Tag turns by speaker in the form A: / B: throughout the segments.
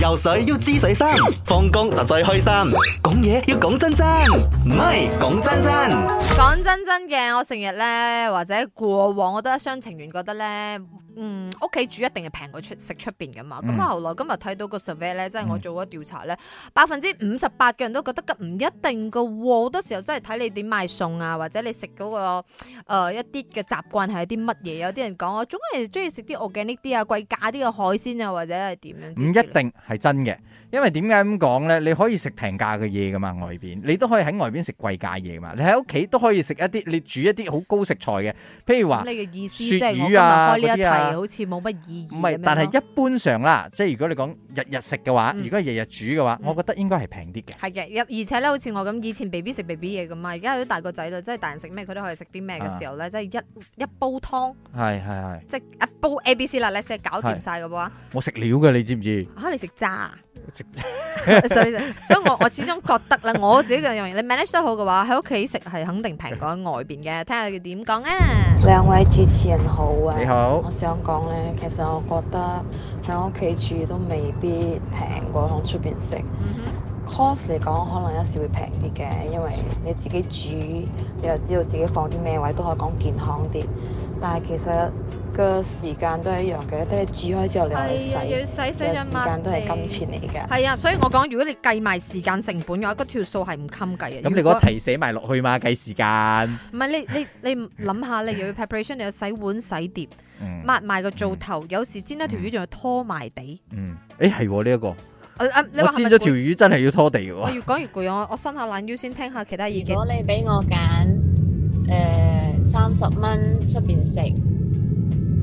A: 游水要知水深，放工就最開心。講嘢要講真真，唔係講真真。
B: 講真真嘅，我成日咧或者過往我都一廂情願覺得咧，嗯，屋企煮一定係平過出食出邊噶嘛。咁、
C: 嗯
B: 後來今日睇到個 survey 咧，即係我
C: 嗯
B: 做咗調查咧，百分之五十八嘅人都覺得咁唔一定噶喎。好多時候真係睇你點買餸啊，或者你食嗰、個、呃、一啲嘅習慣係啲乜嘢。有啲人講我總係中意食啲 organic 啲啊、貴價啲嘅海鮮啊，或者係點樣之
C: 唔一
B: 類。
C: 定係真嘅，因為點解咁講呢？你可以食平價嘅嘢噶嘛，外邊你都可以喺外邊食貴價嘢嘛。你喺屋企都可以食一啲，你煮一啲好高食材嘅，譬如話
B: 咁你嘅意思
C: 鱈
B: 即係我今日
C: 魚啊
B: 開呢一題
C: 嗰啲啊
B: 好似冇乜意義
C: 唔
B: 咁
C: 係
B: 樣，
C: 但係
B: 咯
C: 一般上啦，即係如果你講日日食嘅話，
B: 嗯
C: 如果日日煮嘅話，
B: 嗯
C: 我覺得應該係平啲嘅。
B: 係嘅，而而且咧，好似我咁，以前 B B 食 B B 嘢咁啊嘛，而家都大個仔啦，即係大人食咩佢都可以食啲咩
D: 啊
B: 嘅時候咧，即係一一煲湯，
C: 係係係，
B: 即係一煲 A B C 啦，你食搞掂晒嘅話，
C: 我食料嘅，你知唔知？
B: 嚇你食渣 啊
C: 食
B: 所以所以我我始終覺得啦，我自己嘅樣嘢，你 manage 得好嘅話，喺屋企食係肯定平過喺外邊嘅，睇下佢點講
D: 嗯
B: 啊！
D: 兩位主持人好啊！
C: 你好
D: 我想講呢，其實我覺得喺屋企煮都未必平過喺出邊食。
B: 嗯
D: cost 嚟講，可能有時會平啲嘅，因為你自己煮，你又知道自己放啲咩位，都可以講健康啲。但係其實個時間都係一樣嘅，得你煮開之後你
B: 哼，
D: 攞嚟
B: 係啊，
D: 洗，
B: 要洗
D: 其
B: 洗
D: 實
B: 咗
D: 時間都係金錢嚟嘅。
B: 係啊，所以我講，如果你計埋時間成本嘅話，嗰條數係唔襟計嘅。
C: 咁你
B: 如果
C: 嗰題寫埋落去嘛，計時間。
B: 唔係你你你諗下，你又要 preparation，你又要洗碗洗碟。
C: 嗯
B: 抹埋個灶頭，有時煎咗條魚仲要拖埋地。
C: 嗯，誒係喎呢一個，
B: 啊啊你
C: 我
B: 話係
C: 煎
B: 咪
C: 咗條
B: 攰
C: 魚真係要拖地嘅
B: 我
C: 喎。
B: 越講越攰，我我伸下懶腰先聽下其他意
E: 如
B: 見。
E: 果你俾我揀，誒三十蚊出邊食，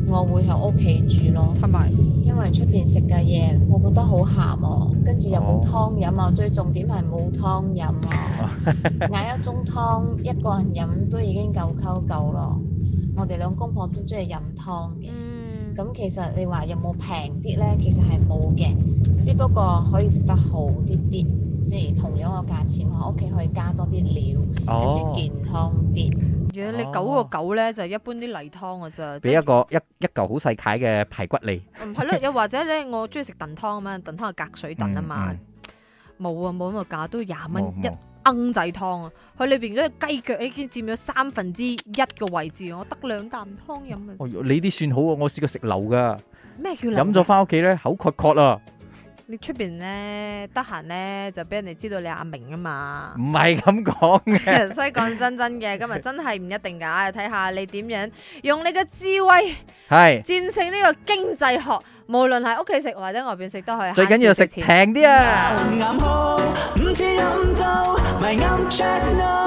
E: 我會喺屋企煮咯，
B: 係咪？
E: 因為出邊食嘅嘢，我覺得好鹹喎，跟住又冇
C: 哦
E: 湯飲啊，最重點係冇湯飲啊，嗌一盅湯一個人飲都已經夠溝夠咯。我哋兩公婆都中意飲湯嘅，
B: 嗯，
E: 咁其實你話有冇平啲呢？其實係冇嘅，只不過可以食得好啲啲，即係同樣嘅價錢，我喺屋企可以加多啲料。跟住
C: 哦，
E: 健康啲。
B: 如果你九個九咧，就一般啲例湯嘅啫。
C: 俾
B: 即
C: 一個一一嚿好細塊嘅排骨你。
B: 唔係咯，又或者咧，我中意食燉湯啊嘛，燉湯係隔水燉啊嘛
C: 嗯。
B: 冇啊，冇咁嘅價，都廿
C: 嗯
B: 蚊
C: 冇
B: 一
C: 冇
B: 罌仔湯啊！佢裏邊嗰只雞腳已經佔咗三分之一嘅位置，我得兩啖湯飲
C: 哦
B: 啊！
C: 你啲算好啊！我試過食流噶，
B: 咩叫
C: 飲
B: 冷
C: 咗翻屋企咧口渴渴啊，
B: 你出邊咧得閒咧就俾人哋知道你係阿明啊嘛
C: 唔。係咁講 嘅。
B: 所以講真真嘅，今日真係唔一定㗎，睇下你點樣用你嘅智慧
C: 係
B: 戰勝呢個經濟學，無論係屋企食或者外邊食都可以。
C: 最緊要食平啲啊！
A: 啱好，唔似飲酒，咪啱 check no。